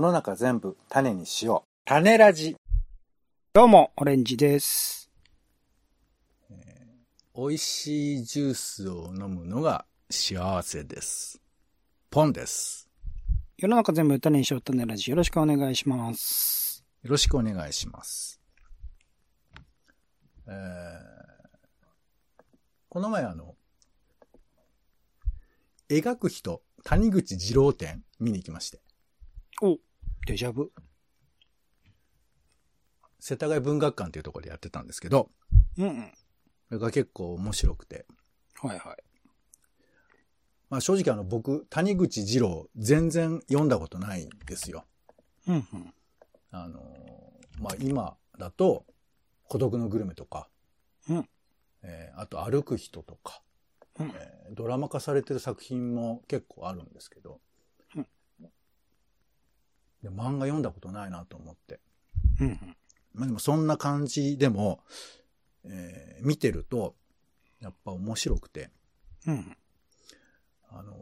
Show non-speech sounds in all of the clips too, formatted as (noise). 中全部種にしよう。種ラジ。どうも、オレンジです。美味しいジュースを飲むのが幸せです。ポンです。世の中全部歌にしよう種ラジよろしくお願いします。よろしくお願いします。えーこの前あの、描く人、谷口二郎展見に行きまして、お、デジャブ。世田谷文学館というところでやってたんですけど、うんうん。それが結構面白くて、はいはい。まあ正直あの僕、谷口二郎全然読んだことないんですよ。うんうん。あのーまあ、今だと、孤独のグルメとか、うんえーあと歩く人とか、うんえードラマ化されてる作品も結構あるんですけど、うんで漫画読んだことないなと思って。うんうん。まあ、でもそんな感じでも、えー見てると、やっぱ面白くて、うんあのー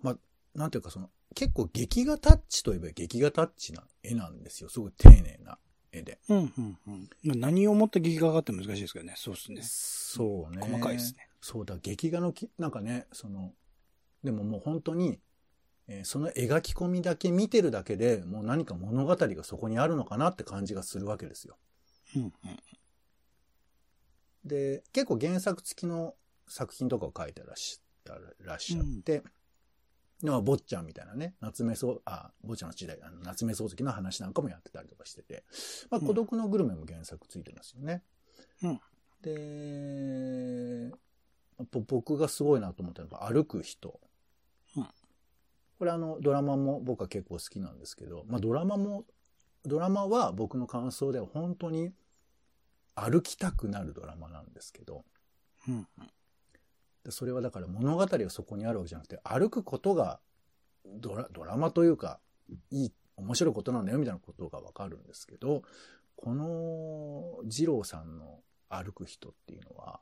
まあ、なんていうかその、結構劇画タッチといえば劇画タッチな絵なんですよ。すごい丁寧な絵で。うん。うんうんうん。何をもって劇画がって難しいですけどね。そうっすね。そうね。細かいですね。そうだ、劇画のき、なんかね、その、でももう本当に、えーその描き込みだけ見てるだけでもう何か物語がそこにあるのかなって感じがするわけですよ。うんで、結構原作付きの作品とかを書いてらっしゃらっしゃって、でまあ坊ちゃんみたいなね、夏目漱、あ、坊ちゃんの時代、あの夏目漱石の話なんかもやってたりとかしてて、まあ、うん孤独のグルメも原作ついてますよね。うんで、やっぱ僕がすごいなと思ったのが歩く人。うんこれあの、ドラマも僕は結構好きなんですけど、まあドラマも、ドラマは僕の感想では本当に歩きたくなるドラマなんですけど、うん。うんでそれはだから物語がそこにあるわけじゃなくて歩くことがドラドラマというかいい面白いことなんだよみたいなことがわかるんですけどこの二郎さんの歩く人っていうのは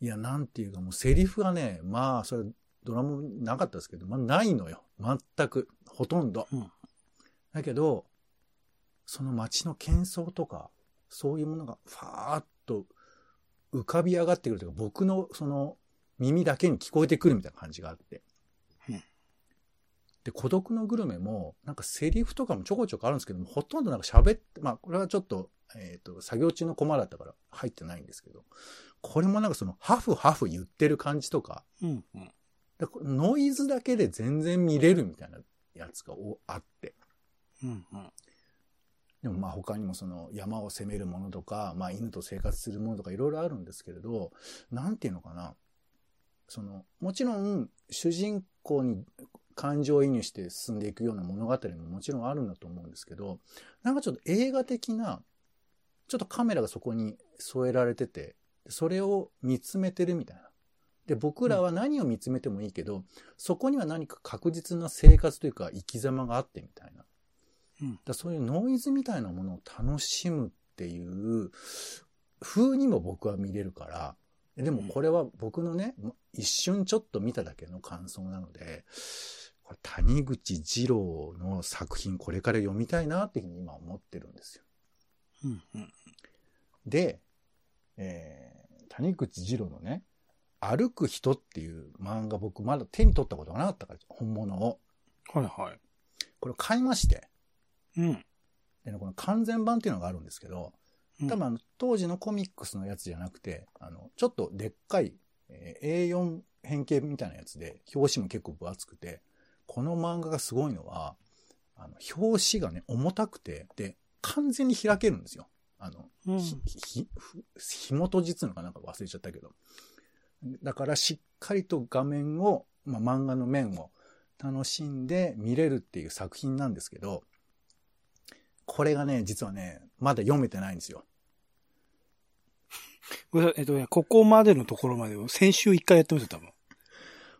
いやなんていうかもうセリフがねまあそれドラマになかったですけど、まあ、ないのよ全くほとんど、うんだけどその街の喧騒とかそういうものがファーッと浮かび上がってくるというか僕のその耳だけに聞こえてくるみたいな感じがあって。うんで、孤独のグルメも、なんかセリフとかもちょこちょこあるんですけども、ほとんどなんか喋って、まあこれはちょっと、えっ、と、作業中のコマだったから入ってないんですけど、これもなんかその、ハフハフ言ってる感じとか、うんうん。でこれノイズだけで全然見れるみたいなやつがおあって。うんうん。でもまあ他にもその山を攻めるものとか、まあ犬と生活するものとかいろいろあるんですけれど、なんていうのかな。その、もちろん主人公に感情移入して進んでいくような物語ももちろんあるんだと思うんですけど、なんかちょっと映画的な、ちょっとカメラがそこに添えられてて、それを見つめてるみたいな。で、僕らは何を見つめてもいいけど、そこには何か確実な生活というか生き様があってみたいな。うんだそういうノイズみたいなものを楽しむっていう風にも僕は見れるから、でもこれは僕のね、一瞬ちょっと見ただけの感想なので、これ谷口二郎の作品これから読みたいなっていうふうに今思ってるんですよ。うんうん。で、えー谷口二郎のね、歩く人っていう漫画僕まだ手に取ったことがなかったから、本物を。はいはこれを買いまして、い。うん。でね、この完全版っていうのがあるんですけど、うん多分あの当時のコミックスのやつじゃなくて、あの、ちょっとでっかい、えー A4 変形みたいなやつで、表紙も結構分厚くて、この漫画がすごいのは、あの、表紙がね、重たくて、で、完全に開けるんですよ。あの、うん。ひ、ひ、ふ紐閉じっつうのかなんか忘れちゃったけど。だからしっかりと画面を、まあ、漫画の面を楽しんで見れるっていう作品なんですけど、これがね、実はね、まだ読めてないんですよ。ごめんなさいえっとね、ここまでのところまでを先週一回やってました、多分。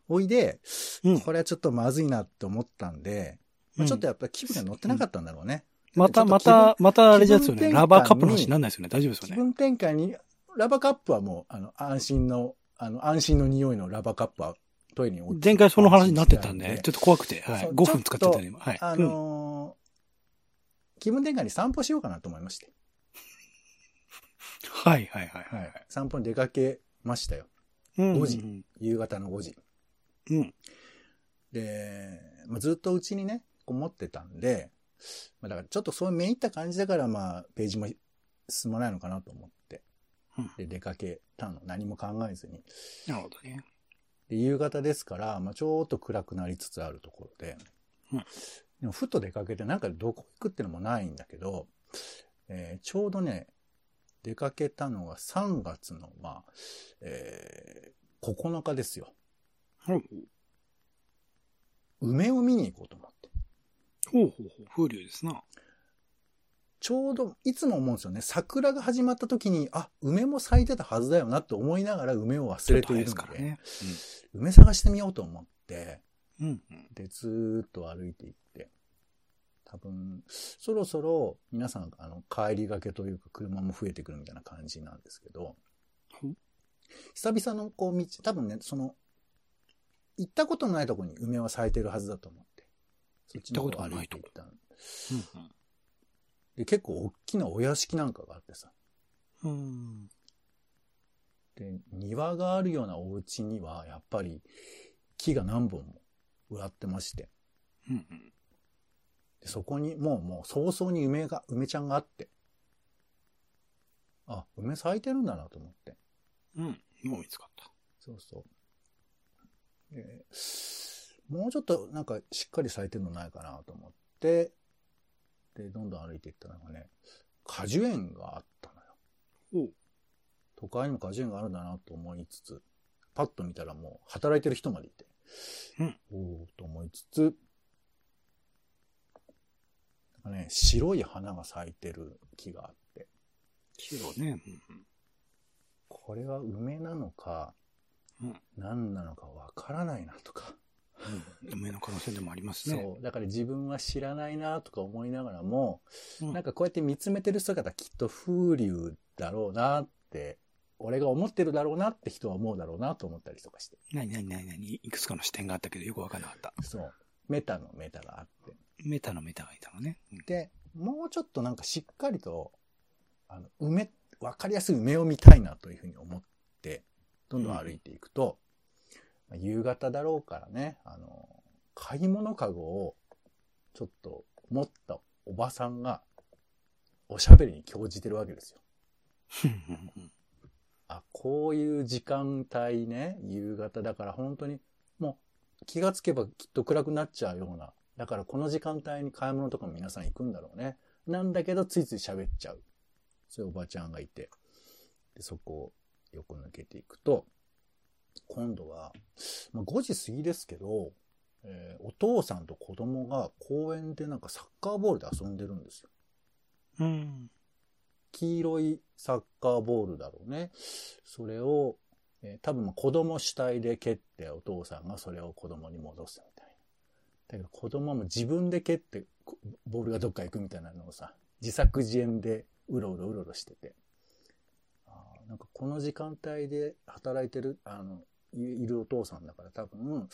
おいで、うんこれはちょっとまずいなって思ったんで、まあ、ちょっとうんやっぱり気分が乗ってなかったんだろうね。また、ちょまっと気分た、またあれですよ気分ね。転換ラバーカップの話になんないですよね。大丈夫です気よね。分転換に、ラバカップはもう、あの、安心の、あの、安心の匂いのラバカップはトイレに落ち前回その話になってたん落でち、ちょっと怖くて、はい。そう5分使っちゃったね、今。はい。あうんのー気分転換に散歩しようかなと思いまして。はいはいはいは。はいい。散歩に出かけましたよ。うん5時。夕方の5時。うん。で、まあ、ずっとうちにね、こもってたんで、まあ、だからちょっとそういう目いった感じだから、まあ、ページも進まないのかなと思ってうん、で、出かけたの。何も考えずに。なるほどね。で夕方ですから、まあ、ちょっと暗くなりつつあるところで、うんでもふと出かけて、なんかどこ行くってのもないんだけど、えーちょうどね、出かけたのが3月の、まあ、えー9日ですよ。はい。梅を見に行こうと思って。ほうほうほう。風流ですな。ちょうどいつも思うんですよね。桜が始まった時に、あ、梅も咲いてたはずだよなって思いながら梅を忘れているちょのっと早で、いで梅探してみようと思って、すからね。うん。で、ずーっと歩いていって、多分、そろそろ皆さん、あの、帰りがけというか車も増えてくるみたいな感じなんですけどうん、久々のこう道、多分ね、その、行ったことのないとこに梅は咲いてるはずだと思って、そっちの方行ったことがないとこ歩てったんうんで、結構大きなお屋敷なんかがあってさ、うん。で、庭があるようなお家には、やっぱり木が何本も植わってまして、うんうん。でそこにもうもう早々に梅が、梅ちゃんがあって、あ、梅咲いてるんだなと思って。うん。もう見つかった。そうそう。でもうちょっとなんかしっかり咲いてるのないかなと思って、で、どんどん歩いていったのがね、果樹園があったのよ。おう都会にも果樹園があるんだなと思いつつ、パッと見たらもう働いてる人までいて、うんおおと思いつつ、なんかね、白い花が咲いてる木があって、白ね。うんうんこれは梅なのか、うん何なのかわからないなとか、梅の可能性でもありますね。そう、だから自分は知らないなとか思いながらも、うんなんかこうやって見つめてる姿きっと風流だろうなって、俺が思ってるだろうなって人は思うだろうなと思ったりとかして。なになになになにいくつかの視点があったけどよくわからなかった。そう。メタのメタがあって。メタのメタがいたのね。うん、で、もうちょっとなんかしっかりと、あの、梅、わかりやすい梅を見たいなというふうに思って、どんどん歩いていくと、まあ夕方だろうからね、あの、買い物かごをちょっと持ったおばさんが、おしゃべりに興じてるわけですよ。うんうんあ、こういう時間帯ね、夕方だから本当に、もう気がつけばきっと暗くなっちゃうような。だからこの時間帯に買い物とかも皆さん行くんだろうね。なんだけどついつい喋っちゃう。そういうおばちゃんがいて。で、そこを横抜けていくと、今度は、まあ、5時過ぎですけど、えーお父さんと子供が公園でなんかサッカーボールで遊んでるんですよ。うん。うん黄色いサッカーボールだろうね。それを、えー多分まあ子供主体で蹴ってお父さんがそれを子供に戻すみたいな。だけど子供も自分で蹴ってこボールがどっか行くみたいなのをさ、自作自演でうろうろうろうろしてて。あーなんかこの時間帯で働いてる、あの、いいるお父さんだから多分、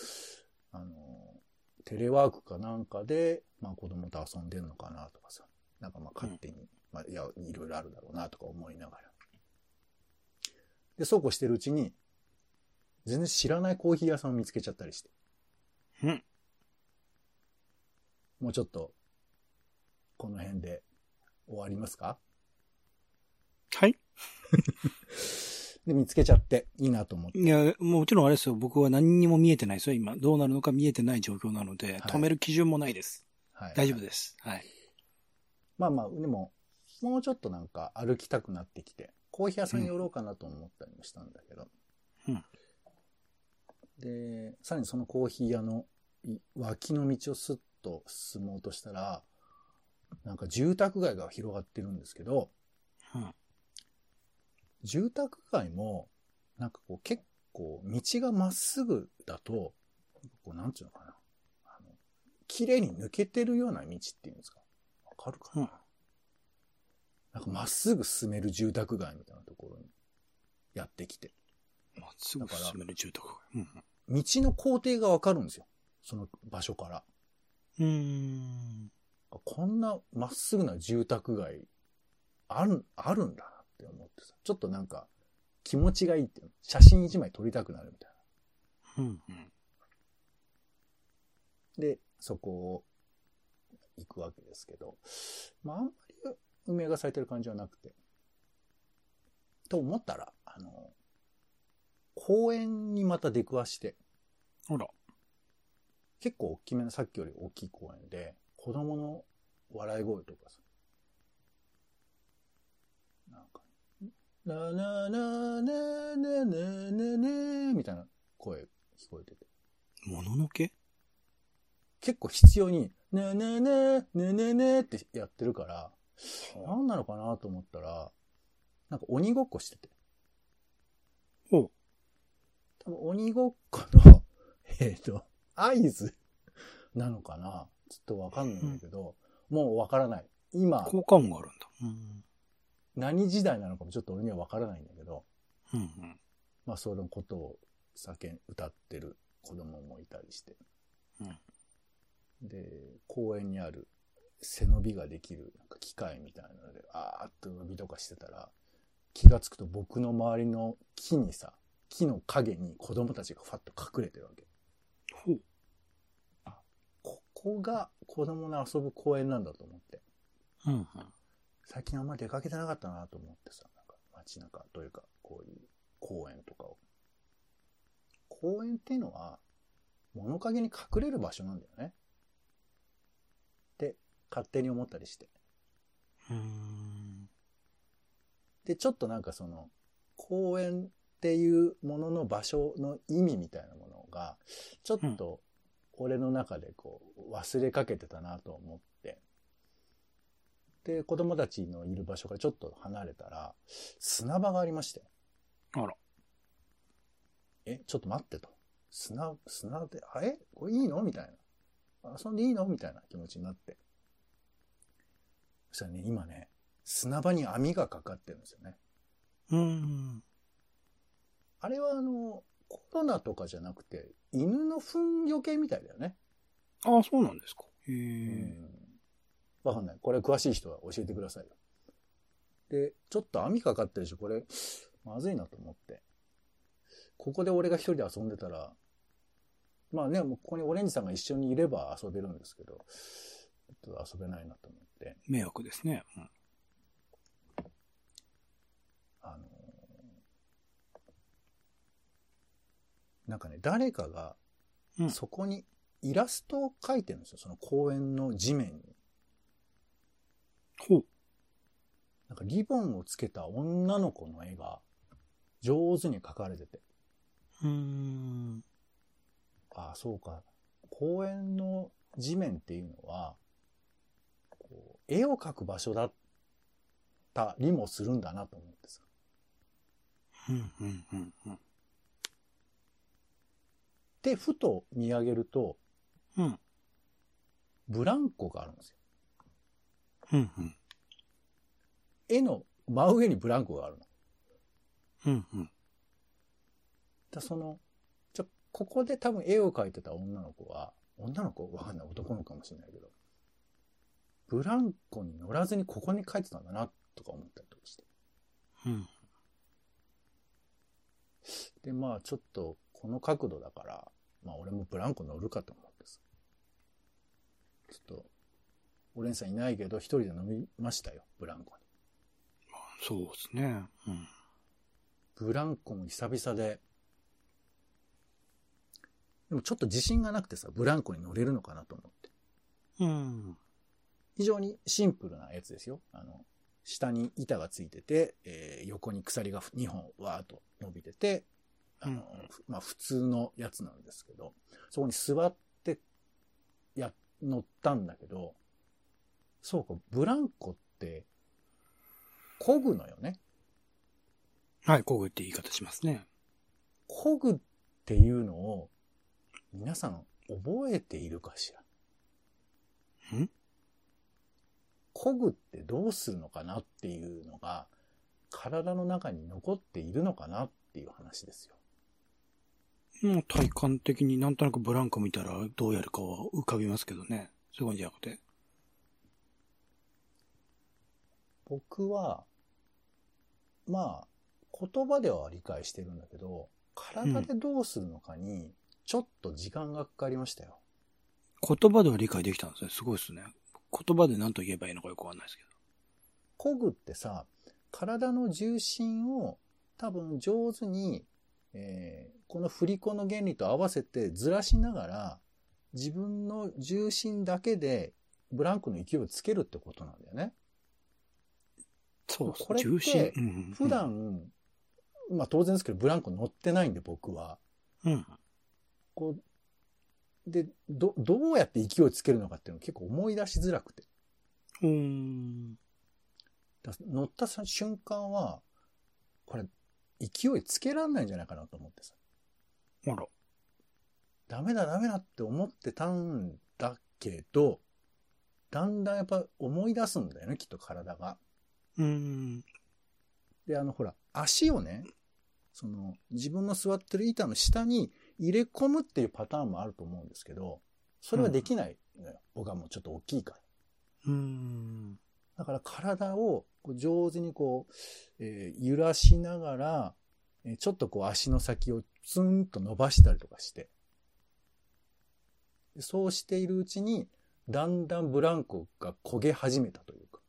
あの、テレワークかなんかで、まあ子供と遊んでんのかなとかさ、なんかまあ勝手に、まあいや、いろいろあるだろうなとか思いながら。で、そうこうしてるうちに、全然知らないコーヒー屋さんを見つけちゃったりして。うんもうちょっと、この辺で終わりますかはいで、見つけちゃって、いいなと思って。いや、もちろんあれですよ。僕は何にも見えてないですよ。今、どうなるのか見えてない状況なのいで、止める基準もないです。はい大丈夫です。はい。まあまあ、でも、もうちょっとなんか歩きたくなってきて、コーヒー屋さん寄ろうかなと思ったりもしたんだけど。うんで、さらにそのコーヒー屋のい脇の道をスッと進もうとしたら、なんか住宅街が広がってるんですけど、うん住宅街も、なんかこう結構道がまっすぐだと、こうなんていうのかな。あの綺麗に抜けてるような道っていうんですか。わかるかな、うんなんかまっすぐ進める住宅街みたいなところにやってきて。まっすぐ進める住宅。うんうん道の工程がわかるんですよ。その場所から。うーん。あこんなまっすぐな住宅街、ある、あるんだなって思ってさ。ちょっとなんか、気持ちがいいっていうの写真一枚撮りたくなるみたいうん。な。で、そこを行くわけですけど、まあ、あんまり梅が咲いてる感じはなくて。と思ったら、あの、公園にまた出くわして、ほら。結構大きめの、さっきより大きい公園で、子供の笑い声とかさ。なんか、ななななななななみたいな声聞こえてて。もののけ結構必要に、ななななななってやってるから、何なのかなと思ったら、なんか鬼ごっこしてて。ほう。多分鬼ごっこの、 (laughs) えっ、と、合図なのかなちょっとわかんないんだけど、もうわからない。今、効果音があるんだ。うん。何時代なのかもちょっと俺にはわからないんだけど、うんうん。まあそのことを叫ん、歌ってる子供もいたりして。うんで、公園にある背伸びができるなんか機械みたいなので、あーっと伸びとかしてたら、気がつくと僕の周りの木にさ、木の影に子供たちがファッと隠れてるわけ。ほう。ここが子供の遊ぶ公園なんだと思って。うんうん。最近あんま出かけてなかったなと思ってさ、なんか街中というか、こういう公園とかを。公園っていうのは、物陰に隠れる場所なんだよね。って、勝手に思ったりして。うーん。で、ちょっとなんかその、公園っていうものの場所の意味みたいなものが、ちょっと、俺の中でこう、忘れかけてたなと思って。で、子供たちのいる場所からちょっと離れたら、砂場がありまして。あら。え、ちょっと待ってと。砂、砂で、あれこれいいのみたいな。遊んでいいのみたいな気持ちになって。そしたらね、今ね、砂場に網がかかってるんですよね。うーん。あれはあの、コロナとかじゃなくて、犬の糞よけみたいだよね。ああ、そうなんですか。うへえ。。わかんない。これ詳しい人は教えてくださいよ。で、ちょっと網かかってるし、これ、まずいなと思って。ここで俺が一人で遊んでたら、まあね、もうここにオレンジさんが一緒にいれば遊べるんですけど、ちょっと遊べないなと思って。迷惑ですね。うんあのーなんかね、誰かがう、んそこにイラストを描いてるんですよ。その公園の地面に。ほう。なんかリボンをつけた女の子の絵が上手に描かれてて。うーん。ああ、そうか。公園の地面っていうのは、こう絵を描く場所だったりもするんだなと思ってさ。うんうんうんうん。で、ふと見上げると、うん。ブランコがあるんですよ。うんうん。絵の真上にブランコがあるの。うんうん。だその、じゃ、ここで多分絵を描いてた女の子は、女の子わかんない。男の子かもしれないけど、ブランコに乗らずにここに描いてたんだな、とか思ったりとかして。うん。で、まあちょっと、この角度だから、まあ俺もブランコ乗るかと思ってさ。ちょっと、オレンジさんいないけど、一人で飲みましたよ、ブランコに。そうですね。うん。ブランコも久々で、でもちょっと自信がなくてさ、ブランコに乗れるのかなと思って。うん。非常にシンプルなやつですよ。あの、下に板がついてて、えー横に鎖が2本わーっと伸びてて、あの、うんふまあ普通のやつなんですけど、そこに座って、や、乗ったんだけど、そうか、ブランコって、漕ぐのよね。はい、こう言って言い方しますね。漕ぐっていうのを、皆さん覚えているかしらん漕ぐってどうするのかなっていうのが、体の中に残っているのかなっていう話ですよ。もう体感的になんとなくブランコ見たらどうやるかは浮かびますけどね。そういうんじゃなくて。僕は、まあ、言葉では理解してるんだけど、体でどうするのかに、ちょっと時間がかかりましたよ。言葉では理解できたんですね。すごいですね。言葉で何と言えばいいのかよくわかんないですけど。こぐってさ、体の重心を多分上手に、えーこの振り子の原理と合わせてずらしながら、自分の重心だけでブランクの勢いをつけるってことなんだよね。そううでですすねね。これって重心。うんうんうん普。段、まあ当然ですけど、ブランコ乗ってないんで僕は。うん。こう、で、ど、どうやって勢いつけるのかっていうのを結構思い出しづらくて。うーん。だ乗ったさ瞬間は、これ、勢いつけらんないんじゃないかなと思ってさ。あら。ダメだダメだって思ってたんだけど、だんだんやっぱ思い出すんだよね、きっと体が。うーん。で、あの、ほら、足をね、その、自分の座ってる板の下に入れ込むっていうパターンもあると思うんですけど、それはできないのよ。僕はもうちょっと大きいから。うーん。だから体をこう上手にこう、えー揺らしながら、えーちょっとこう足の先をツンと伸ばしたりとかして、でそうしているうちに、だんだんブランコが焦げ始めたというか、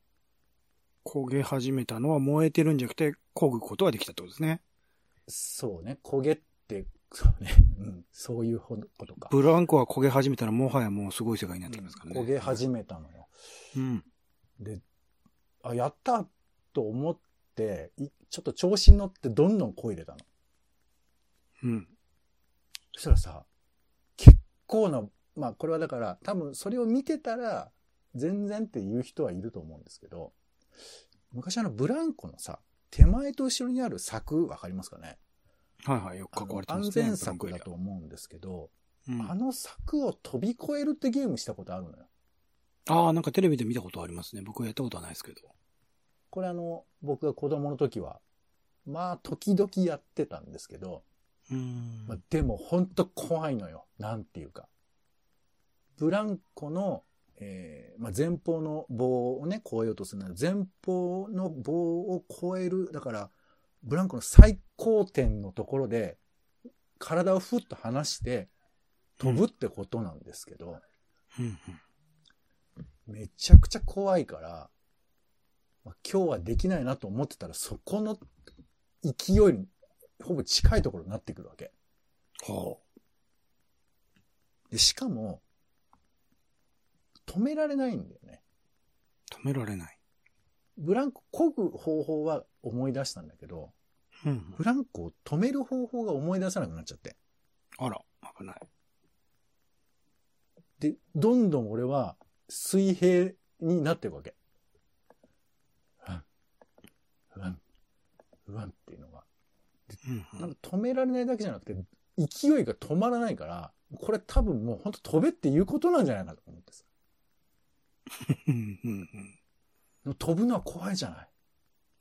焦げ始めたのは燃えてるんじゃなくて、焦ぐことができたってことですね。そうね、焦げって、そうね、うん、そういうほどことか。ブランコが焦げ始めたらもはやもうすごい世界になってきますからね。焦げ始めたのよ。うん。で、あ、やったと思って、いちょっと調子に乗ってどんどんこいでたの。うん。そしたらさ、結構な、まあこれはだから多分それを見てたら全然っていう人はいると思うんですけど、昔あのブランコのさ、手前と後ろにある柵わかりますかねはいはい。よあくの囲われてます安ね。全ブ柵ラだンコとよ思うんですけど、りは。うんあの柵を飛び越えるってゲームしたことあるのよ。ああ、なんかテレビで見たことありますね。僕はやったことはないですけど。これあの、僕が子供の時は、まあ時々やってたんですけど、うーん。まあ、でもほんと怖いのよ。なんていうか。ブランコの、えーまあ、前方の棒をね、越えようとするなら、前方の棒を越える、だから、ブランコの最高点のところで、体をふっと離して、飛ぶってことなんですけど、うんうん。めちゃくちゃ怖いから、まあ、今日はできないなと思ってたら、そこの勢いに、ほぼ近いところになってくるわけ。ほで、しかも、止められないんだよね。う。止められない。ブランコ、漕ぐ方法は思い出したんだけど、うんうん。ブランコを止める方法が思い出さなくなっちゃって。あら、危ない。で、どんどん俺は水平になっていくわけ。ふわん、ふわん、ふわんっていうのが。うんう。なんんか止められないだけじゃなくて、勢いが止まらないから、これ多分もう本当飛べっていうことなんじゃないかと思ってさ。うんうんうん。飛ぶのは怖いじゃない。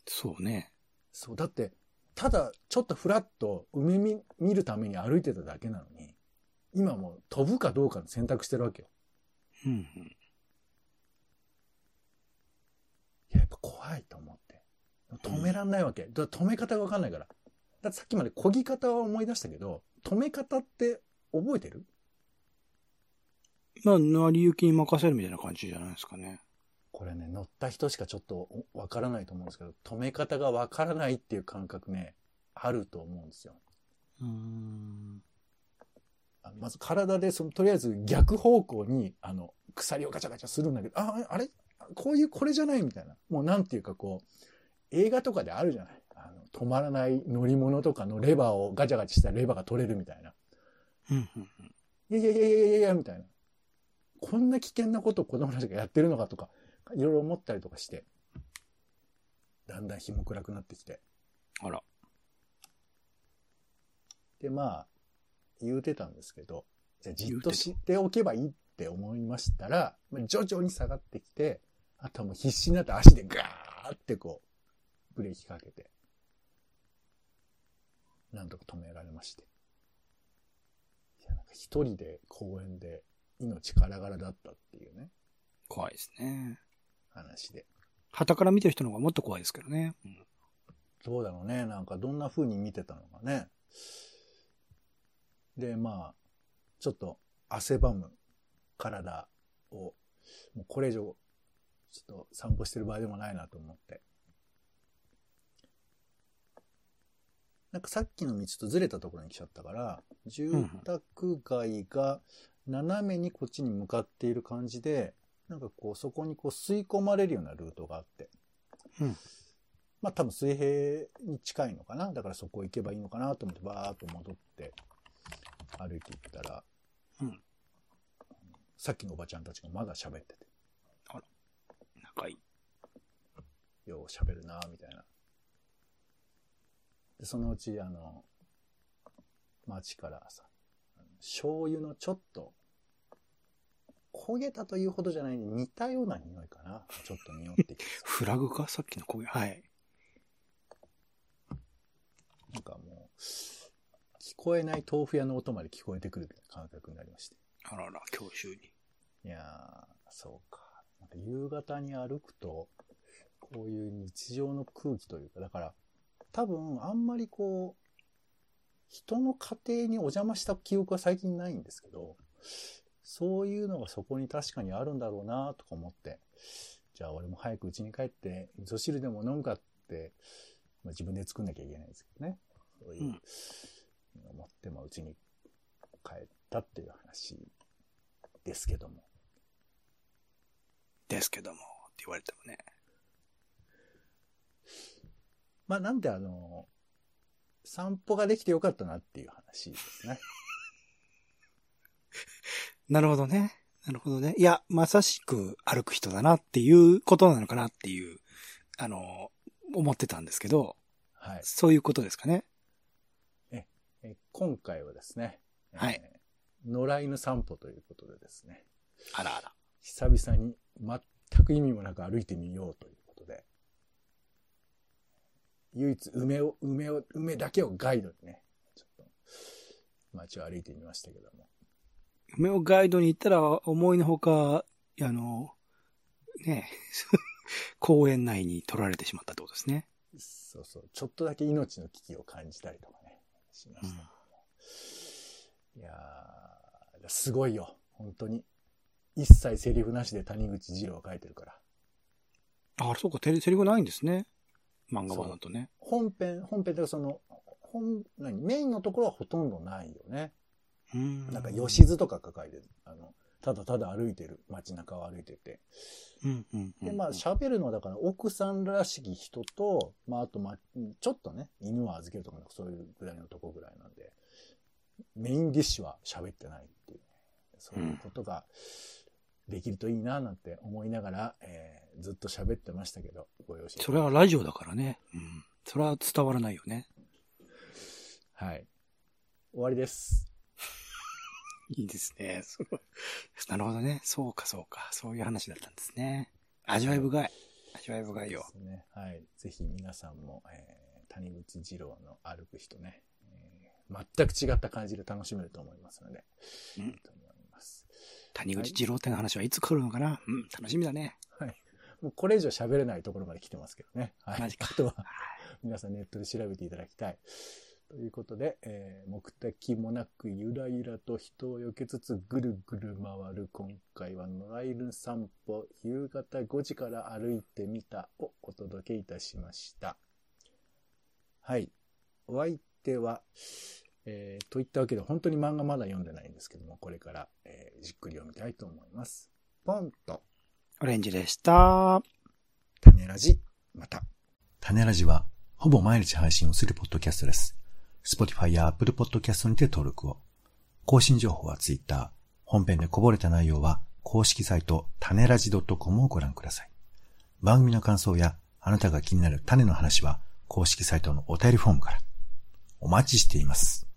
そうね。そう、だって、ただ、ちょっとフラッと海見見るために歩いてただけなのに、今もう飛ぶかどうかの選択してるわけよ。うんうん。いや、やっぱ怖いと思って。止めらんないわけ。だから止め方がわかんないから。だってさっきまで漕ぎ方は思い出したけど、止め方って覚えてるまあ、成り行きに任せるみたいな感じじゃないですかね。これね、乗った人しかちょっとおわからないと思うんですけど、止め方がわからないっていう感覚ね、あると思うんですよ。うーん。あのまず体で、その、とりあえず逆方向に、あの、鎖をガチャガチャするんだけど、あ、あれこういう、これじゃないみたいな。もうなんていうかこう、映画とかであるじゃないあの、止まらない乗り物とかのレバーをガチャガチャしたらレバーが取れるみたいな。うんうん。いやいやいやいやいやいや、みたいな。こんな危険なことを子供たちがやってるのかとか、いろいろ思ったりとかして、だんだん日も暗くなってきて。あら。で、まあ、言うてたんですけど、じゃあじっ言うてとたしておけばいいって思いましたら、まあ徐々に下がってきて、あとはもう必死になって足でガーってこう、ブレーキかけて、なんとか止められまして。一人で公園で命からがらだったっていうね、怖いですね。話で。旗から見てる人の方がもっと怖いですけどね。うんどうだろうね。なんかどんな風に見てたのかね。で、まあ、ちょっと汗ばむ体を、もうこれ以上、ちょっと散歩してる場合でもないなと思って。なんかさっきの道とずれたところに来ちゃったから、住宅街が斜めにこっちに向かっている感じで、なんかこうそこにこう吸い込まれるようなルートがあって。うんまあ多分水平に近いのかな。だからそこ行けばいいのかなと思ってバーっと戻って歩いていったら、うんさっきのおばちゃんたちがまだ喋ってて、仲いい。よう喋るなみたいな。で、そのうち、あの、町からさ、あの醤油のちょっと、焦げたというほどじゃない、似たような匂いかな。ちょっと匂ってきてさ。フラグかさっきの声。はい。なんかもう、聞こえない豆腐屋の音まで聞こえてくるみたいな感覚になりまして。あらら、教習に。いやー、そうか。なんか夕方に歩くと、こういう日常の空気というか、だから、多分あんまりこう、人の家庭にお邪魔した記憶は最近ないんですけど、そういうのがそこに確かにあるんだろうなとか思って、じゃあ俺も早く家に帰って、味噌汁でも飲むかって、まあ、自分で作んなきゃいけないんですけどね。そういう、うん思って、まあ、家に帰ったっていう話ですけども。ですけども、って言われてもね。まあ、なんであの、散歩ができてよかったなっていう話です (laughs) ね。なるほどね。なるほどね。いや、まさしく歩く人だなっていうことなのかなっていう、あの、思ってたんですけど、はい。そういうことですかね。え今回はですね、はいえー野良犬散歩ということでですね、あらあら。久々に全く意味もなく歩いてみようということで、唯一梅を、梅を、梅だけをガイドにね、ちょっと街を歩いてみましたけども。梅をガイドに行ったら、思いのほか、あの、ね (laughs) え公園内に取られてしまったってことですね。そうそう、ちょっとだけ命の危機を感じたりとかね、しましたけども。いやー、すごいよ、本当に。一切セリフなしで谷口二郎が書いてるから。あ、そうか、テレセリフないんですね。漫画版だとね。本編、本編というかその、本、何、メインのところはほとんどないよね。うん。なんか、吉津とか書かれてる。あの、ただただ歩いてる。街中を歩いてて。うんうんうん。で、まあ、喋るのは、だから、奥さんらしき人と、まあ、あと、ま、ちょっとね、犬を預けるとか、そういうぐらいのとこぐらいなんで、メインディッシュは喋ってないっていう、そういうことができるといいな、なんて思いながら、えーずっと喋ってましたけど、ご容赦。それはラジオだからね。うん。それは伝わらないよね。はい。終わりです。いいですね。そうなるほどね。そうか、そうか。そういう話だったんですね。味わい深い。味わい深いよそ。うですね。はい。ぜひ皆さんも、えー谷口二郎の歩く人ね、えー全く違った感じで楽しめると思いますので、うんいいと思います。谷口二郎展の話はいつ来るのかなうん、楽しみだね。もうこれ以上喋れないところまで来てますけどね。はい。マジかあとは、皆さんネットで調べていただきたい。ということで、えー目的もなくゆらゆらと人を避けつつぐるぐる回る今回は野良犬散歩夕方5時から歩いてみたをお届けいたしました。はい。お相手は、えーといったわけで本当に漫画まだ読んでないんですけども、これから、えーじっくり読みたいと思います。ポンと。オレンジでした。タネラジ、また。タネラジは、ほぼ毎日配信をするポッドキャストです。Spotify や Apple Podcast にて登録を。更新情報は Twitter。本編でこぼれた内容は、公式サイト、タネラジ .com をご覧ください。番組の感想や、あなたが気になる種の話は、公式サイトのお便りフォームから。お待ちしています。